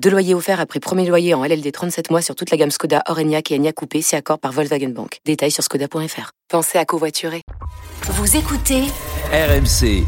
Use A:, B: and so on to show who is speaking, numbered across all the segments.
A: Deux loyers offerts après premier loyer en LLD 37 mois sur toute la gamme Skoda, Orenia et Enya Coupé, si accord par Volkswagen Bank. Détails sur skoda.fr. Pensez à covoiturer.
B: Vous écoutez
C: RMC.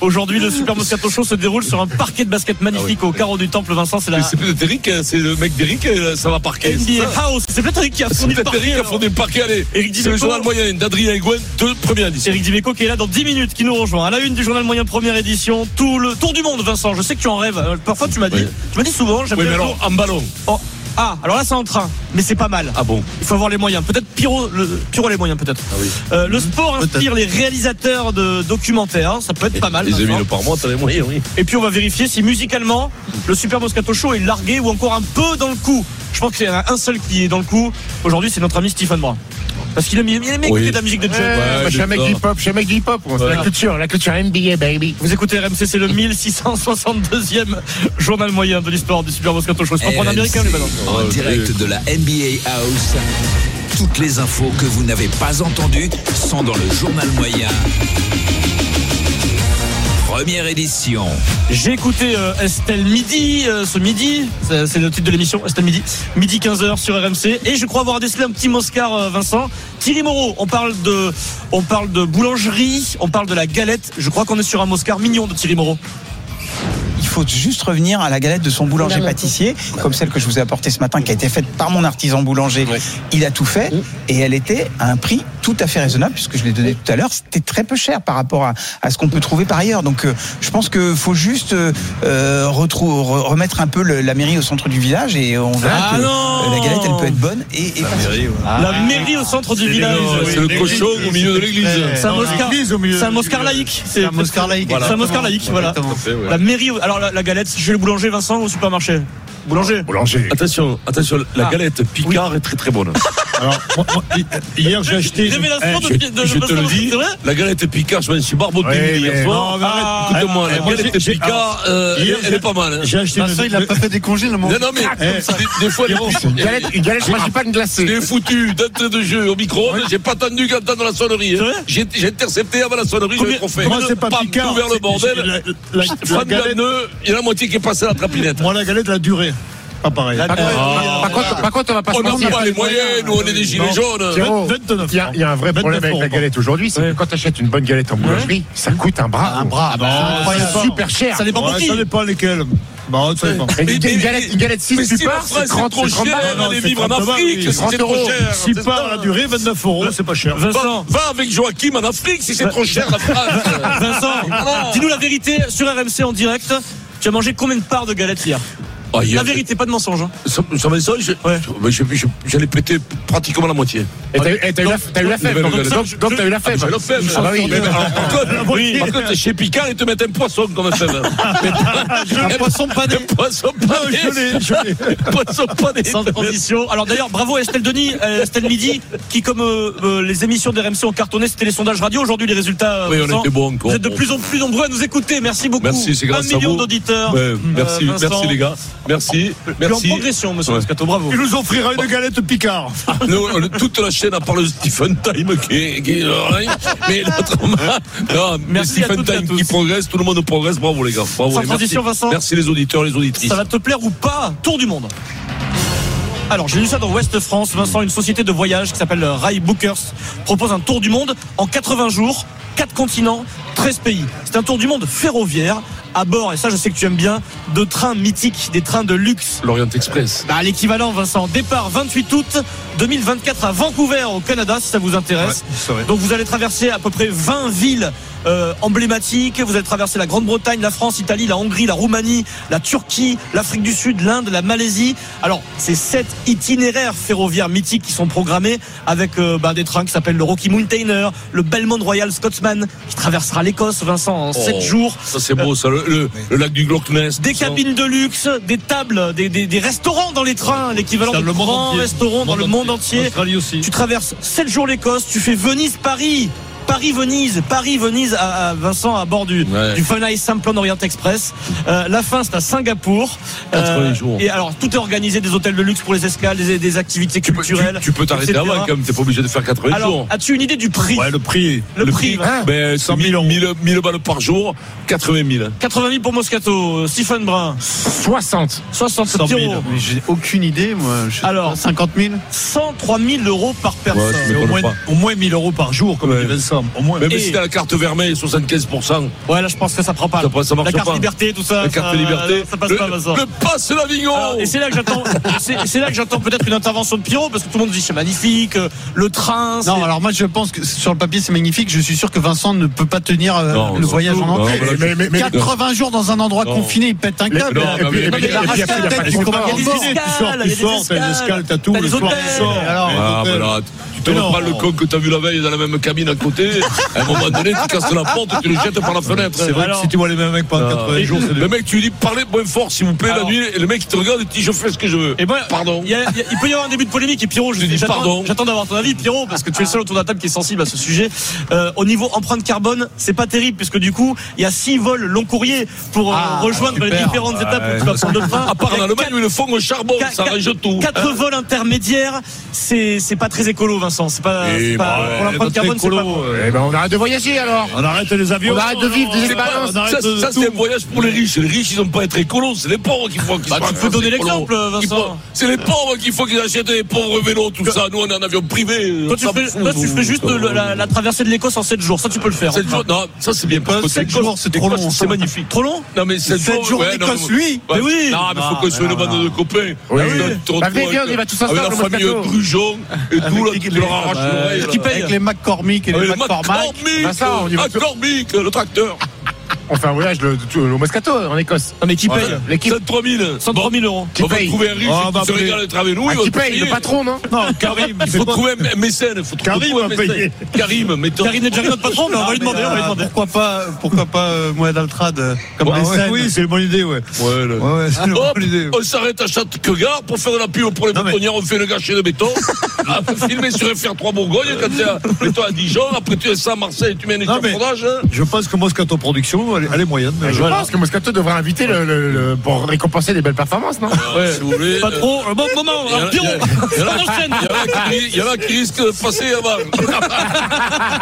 D: Aujourd'hui, le Super Moscato Show se déroule sur un parquet de basket magnifique au carreau du Temple Vincent. C'est la
E: Mais Ah C'est peut-être Eric, hein, c'est le mec d'Eric, euh, ça va parquer. c'est
D: NBA
E: ça
D: House. C'est peut-être Eric qui a
E: C'est
D: fourni le
E: peut-être
D: parquet.
E: Eric qui a
D: alors.
E: fondé le parquet. Allez,
D: Eric
E: c'est le
D: Dimeco.
E: journal moyen d'Adrien Gwen, deux premiers indices.
D: Eric Dimeco qui est là dans 10 minutes, qui nous rejoint à la une du journal moyen première édition. Tout le tour du monde, Vincent. Je sais que tu en rêves. Euh, Parfois, tu m'as dit,
E: Oui.
D: tu m'as dit souvent. J'aime
E: Oui,
D: bien
E: mais
D: le
E: alors
D: tour.
E: en ballon.
D: Oh, Ah, alors là, c'est en train, mais c'est pas mal.
E: Ah bon
D: Il faut avoir les moyens. Peut-être Pyro, le, Pyro a les moyens, peut-être.
E: oui.
D: Euh, le sport inspire les réalisateurs de documentaires. Ça peut être pas mal.
E: Les
D: Vincent.
E: 2000 euros par mois, t'as les moyens, oui.
D: Et puis on va vérifier si musicalement le Super Moscato Show est largué ou encore un peu dans le coup. Je pense qu'il y en a un seul qui est dans le coup. Aujourd'hui, c'est notre ami Stephen Brun. Parce qu'il aime, il aime écouter
E: Oui.
D: de la musique de John.
E: Ouais,
F: Moi, je suis un mec
E: d'accord.
F: du pop, je suis un mec du pop. moi. C'est
E: Ouais.
F: la culture, la culture NBA, baby.
D: Vous écoutez RMC, c'est le 1662e journal moyen de l'histoire du Super Moscato Show. C'est
E: Eh,
D: pas pour un américain, lui, maintenant.
E: Oh,
C: En direct
E: oui.
C: de la NBA House. Toutes les infos que vous n'avez pas entendues sont dans le journal moyen. Première édition.
D: J'ai écouté euh, Estelle Midi euh, ce midi, c'est c'est le titre de l'émission, Estelle Midi, midi 15h sur RMC, et je crois avoir décelé un petit moscar, euh, Vincent. Thierry Moreau, on parle, de, on parle de boulangerie, on parle de la galette, je crois qu'on est sur un moscar mignon de Thierry Moreau.
G: Il faut juste revenir à la galette de son boulanger pâtissier, comme celle que je vous ai apportée ce matin, qui a été faite par mon artisan boulanger. Il a tout fait et elle était à un prix tout à fait raisonnable, puisque je l'ai donné tout à l'heure. C'était très peu cher par rapport à, à ce qu'on peut trouver par ailleurs. Donc, euh, je pense que faut juste euh, euh, retrou- re- remettre un peu le- la mairie au centre du village et on verra
D: Ah
G: que
D: non
G: euh, la galette, elle peut être bonne et, et pas-
D: La mairie au centre du village.
E: Non, Ah, C'est le cochon au milieu de l'église.
D: C'est un moscar, c'est un moscar laïque. C'est un moscar laïque. C'est un moscar laïque, voilà. La mairie, au- alors la, la galette, chez le boulanger, Vincent, au supermarché. Boulanger.
F: Boulanger.
E: Attention, attention, la
D: Ah.
E: galette Picard est très très bonne.
F: Alors, moi, moi, hi- hier, j'ai acheté.
D: Révélation
F: Eh,
D: de,
F: j'ai-
D: de, de
E: Je te le
D: Vincent,
E: dis,
D: c'est vrai
E: la galette Picard, je me suis barboté
F: Ouais,
E: hier
F: mais-
E: soir.
F: Non, mais arrête.
E: Ah, Écoute-moi, la
F: Eh, moi,
E: galette
F: j'ai-
E: Picard, euh,
F: Hier,
E: elle est pas mal. hein.
F: J'ai acheté une.
H: il a pas fait des congés, le
E: Non, non, mais des, des fois, les
F: Une galette, une galette frangipane glacée.
E: J'ai foutu d'entrée de jeu au micro, j'ai pas attendu qu'entendre la sonnerie. hein.
D: C'est vrai
E: J'ai j'ai intercepté avant la sonnerie, je l'ai
D: Combien-
E: trop fait.
F: Moi, c'est pas
E: Pam,
F: Picard.
E: ouvert le
F: c'est-
E: bordel.
F: La, la- la
E: Fan
F: galette,
E: de il y en a la moitié qui est passée à la trapinette.
F: moi, la galette, la durée. Pas pareil.
D: La-
F: Pas-
D: Ah.
F: Par contre, par contre, on va pas
E: On n'a pas les moyens, nous on est des gilets
F: Non.
E: jaunes.
F: Pierrot,
D: 29
F: Il y, a- il y a un vrai
D: 29
F: problème avec
D: euros,
F: la galette aujourd'hui, c'est que quand tu achètes une bonne galette en boulangerie, ça coûte un bras. Un
D: Ah,
F: bras,
D: bah,
F: c'est super cher.
D: Ça dépend pour qui.
F: dépend lesquels. Bah, ça dépend.
E: Mais-
F: Une,
E: mais-
F: galette, une galette
E: Mais
F: 6
E: si
F: tu
E: ma
F: pars, c'est
E: phrase c'est
F: 30
E: trop
F: c'est 30
E: cher,
F: balles.
E: allez vivre en
F: balles,
E: Afrique,
F: oui.
E: si
F: 30
E: c'est trop
F: euros.
E: cher.
F: Si
E: c'est
F: part
E: trop-
F: la durée, 29 euros, c'est pas cher.
E: Va,
D: Vincent,
E: va avec Joachim en Afrique si c'est trop cher la France.
D: Vincent, dis-nous la vérité sur RMC en direct. Tu as mangé combien de parts de galettes hier
E: Ah, hier,
D: La vérité, pas de mensonge. hein.
E: Sans sans mensonge, je-
D: Ouais.
E: je- je- je- j'allais péter pratiquement la moitié.
F: Et t'as eu- et t'as eu la- t'as eu la fève.
E: Donc,
F: Donc,
E: ça,
F: donc- donc t'as eu la fève.
E: Ah, mais c'est la fève.
F: Ah, bah oui.
E: Mais, mais, alors, par contre,
D: Oui.
E: par contre, chez Picard, ils te mettent un poisson comme fève. un poisson pané. Un poisson pané. Un poisson pané.
D: Sans transition. Alors d'ailleurs, bravo à Estelle Denis, euh, Estelle Midi, qui comme euh, euh, les émissions de RMC ont cartonné, c'était les sondages radio. Aujourd'hui, les résultats. euh,
E: Oui, on
D: Vincent,
E: était bons, quoi.
D: Vous êtes de plus en plus nombreux à nous écouter. Merci beaucoup.
E: Merci, c'est grâce
D: Un
E: à
D: million
E: vous.
D: d'auditeurs.
E: Ouais, merci,
D: Euh, Vincent.
E: merci les gars. Merci,
D: Tu es en
E: merci.
D: progression, monsieur
E: Ouais.
D: Moscato. Bravo.
F: Il nous offrira une galette Picard.
E: Ah, Nous, on- toute la chaîne, à part le Stephen Time qui est, qui est rien, mais l'autre, non, mais
D: Merci à
E: Stephen
D: toutes et à
E: Time
D: tous.
E: qui progresse, tout le monde progresse. Bravo les gars.
D: Sans
E: Bravo, et merci.
D: transition, Vincent.
E: Merci les auditeurs, les auditrices.
D: Ça va te plaire ou pas Tour du monde. Alors, j'ai lu ça dans Ouest France. Vincent, une société de voyage qui s'appelle Rail Bookers propose un tour du monde en 80 jours, 4 continents, 13 pays. C'est un tour du monde ferroviaire à bord, et ça je sais que tu aimes bien, de trains mythiques, des trains de luxe.
E: L'Orient Express.
D: Bah, l'équivalent, Vincent, départ 28 août 2024 à Vancouver, au Canada, si ça vous intéresse.
H: c'est vrai.
D: Donc, vous allez traverser à peu près 20 villes euh, emblématique. Vous avez traversé la Grande-Bretagne, la France, l'Italie, la Hongrie, la Roumanie, la Turquie, l'Afrique du Sud, l'Inde, la Malaisie. Alors, c'est sept itinéraires ferroviaires mythiques qui sont programmés avec euh, bah, des trains qui s'appellent le Rocky Mountainer, le Belmont Royal Scotsman qui traversera l'Écosse, Vincent, en sept jours.
E: Ça, c'est beau, ça. Le, le- le lac du Glock Ness.
D: Des
E: ça.
D: cabines de luxe, des tables, des, des- des restaurants dans les trains, l'équivalent
E: Dans
D: de
E: le monde
D: grands
E: entier.
D: restaurants dans le monde entier.
E: Australie aussi.
D: Tu traverses 7 jours l'Écosse, tu fais Venise-Paris. Paris-Venise, Paris-Venise à, à Vincent à bord du,
E: Ouais.
D: du Fun Ice Simplon Orient Express. Euh, la fin, c'est à Singapour. Euh,
E: Quatre jours.
D: Et alors, tout est organisé, des hôtels de luxe pour les escales, des, des activités
E: Tu peux-
D: culturelles.
E: Tu, tu peux t'arrêter
D: etc.
E: avant, quand même. T'es pas obligé de faire 80
D: Alors,
E: jours.
D: as-tu une idée du prix
E: le prix.
D: Le prix, hein.
E: ben, 100 000, 1000, 1000 balles par jour, 80 000.
D: 80 000 pour Moscato, euh, Stephen Brun,
F: 60.
D: 60
B: 100 000.
D: euros,
B: Mais j'ai aucune idée, moi. Je sais
D: Alors.
B: pas, 50 000
D: 103 000 euros par personne.
E: Ouais,
B: Mais
E: Au
B: au,
E: moins-
B: moins, au moins 1000 euros par jour, comme
E: Ouais.
B: dit Vincent. Au moins.
E: Même
D: Et-
E: si t'as la carte vermeille, 75%,
D: Eh, Ouais, là, je pense que ça prend pas.
E: ça, passe- ça marche
D: La carte
E: pas.
D: liberté, tout ça.
E: la carte
D: ça-
E: liberté.
D: Ça passe
E: le,
D: pas, Vincent.
E: le passe Lavignon
D: Alors, et c'est là que j'attends, c'est c'est là que j'attends peut-être une intervention de Pierrot parce que tout le monde dit c'est magnifique, euh, le train. c'est-
B: Non, alors moi je pense que sur le papier c'est magnifique. Je suis sûr que Vincent ne peut pas tenir euh,
E: Non,
B: le
E: non,
B: voyage en
E: non,
B: entier.
E: voilà,
F: Mais- mais- mais-
B: 80 jours dans un endroit
E: Non.
B: confiné, il pète un câble.
E: non, mais- mais- mais-
B: la
D: mais-
B: raclette,
D: mais- mais-
B: tu
D: mais-
B: comprends
D: mais-
B: pas.
D: mais- escales, il y a des escales.
F: t'as tout.
D: T'as des
F: soir,
D: hôtels.
F: tu sors.
B: Alors,
E: Ah, ben là, tu te
B: Mais non.
E: reprends le con que t'as vu la veille dans la même cabine à côté. À un moment donné, tu casses la porte, tu le jettes par la fenêtre. Ah.
B: C'est vrai
D: Alors-
B: que si tu vois les mêmes mecs pendant 80 jours, c'est
E: Le mec, tu lui dis, parlez moins fort, s'il vous plaît,
D: Alors- Eh ben,
E: la nuit. Et le mec, il te regarde et te dit, je fais ce que je veux.
D: Et moi,
E: Pardon.
D: Il, y a- il y a- il peut y avoir un début de polémique. Et Pierrot, je
E: Je dis
D: j'attends-
E: pardon.
D: J'attends d'avoir ton avis, Pierrot, parce que tu es le seul autour de la table qui est sensible à ce sujet. Euh, au niveau empreinte carbone, c'est pas terrible, puisque du coup, il y a six vols long courrier pour euh,
B: Ah,
D: rejoindre les
B: super.
D: différentes étapes où tu vas prendre le train.
E: À part
D: Il y
E: en
D: a
E: Allemagne où ils le font au charbon,
D: Qua-
E: ça
D: qua-
E: rejette tout. hein.
D: Quatre vols intermédiaires, c'est c'est pas très écolo, Vincent. C'est pas,
E: Eh,
D: c'est pas-
E: bah ouais,
D: pour l'empreinte carbone, c'est pas.
F: Eh ben, on arrête de voyager alors.
B: On arrête les avions.
F: On arrête de vivre des
E: Euh, C'est pas-
F: expériences.
E: Ça, ça, c'est un voyage pour les riches. Les riches, ils n'ont pas être écolos. C'est les pauvres qui font qu'ils
D: Bah,
E: soient
D: tu peux donner
E: écolos.
D: l'exemple, Vincent.
E: Ils font- C'est les pauvres qui font qu'ils achètent des pauvres vélos, tout ça. Nous, on est en avion privé.
D: Toi, tu
E: Ça me
D: fais,
E: fout,
D: toi, tu
E: nous.
D: fais juste le- la, la traversée de l'Écosse en 7 jours. Ça, tu peux le faire.
E: Sept jours- non, ça, c'est bien. parce que
B: Sept
E: c'est-
B: jours, c'est trop long.
E: C'est magnifique.
D: Trop long
E: Non, mais sept
B: Sept jours en
E: ouais, non,
B: Écosse,
E: mais-
B: oui.
E: Ouais.
D: Mais oui.
E: Non, mais faut qu'on soit une bande de copains.
F: Oui.
E: Ah, oui. Tu te
F: Bah,
E: retrouves
F: viens,
E: avec-
F: il va tous ensemble,
E: Avec
F: le
E: la famille
F: Moscato.
E: Drujon et tout, là, tu
B: l'équipe-
E: leur arraches
B: Ah, bah,
F: euh,
E: l'oreille.
D: qui paye
B: Avec les McCormick et les
E: Le
B: McCormack.
E: McCormick,
F: Vincent, on y va.
E: McCormick, le tracteur.
F: Ah, On fait un voyage le- tout- au Moscato en Écosse.
D: Non, mais qui
E: Voilà.
D: paye
F: L'équipe.
E: 103 000.
D: 103 000 euros.
F: Qui
E: on va
F: paye
E: trouver un riche
B: Ah,
E: qui
B: bah,
E: se
B: paye.
E: régale d'être avec nous.
F: Ah,
E: il va
F: qui
E: te
F: paye
E: payer.
F: Le patron, non
B: Non, Karim,
E: Il faut trouver un mécène. Faut
F: Karim
E: trouver un
F: va
E: mécène.
F: payer.
E: Karim, mettons.
D: Karine est déjà arrivée, notre patron, mais on va lui demander. On va lui demander.
B: Pourquoi pas, pourquoi pas euh, Mohamed Altrad euh, comme
F: Ah ouais,
B: mécène.
F: oui,
B: c'est une bonne idée, ouais.
E: Ouais, là.
B: Ouais, ouais, c'est une
E: Hop,
B: bonne idée.
E: on s'arrête à Châteauguard pour faire de la pub pour les
B: Non, mais-
E: boutonnières, on fait le gâchis de béton. Ah, Filmé sur FR3 Bourgogne, quand tu es à, mettons à Dijon, après tu descends à Marseille, tu mets un
B: Non, mais-
E: échafaudage. hein.
B: Je pense que Moscato Production, elle, elle est moyenne.
F: Je pense que Moscato devrait inviter le, le- le- pour récompenser des belles performances, non
E: Ah, Si vous voulez. euh,
D: Pas trop. Un bon moment.
E: Il y en
D: Un
E: a- il y
D: pion.
E: en a- il y en a-
D: On enchaîne.
E: il y en a qui- il y en a qui risquent de passer avant.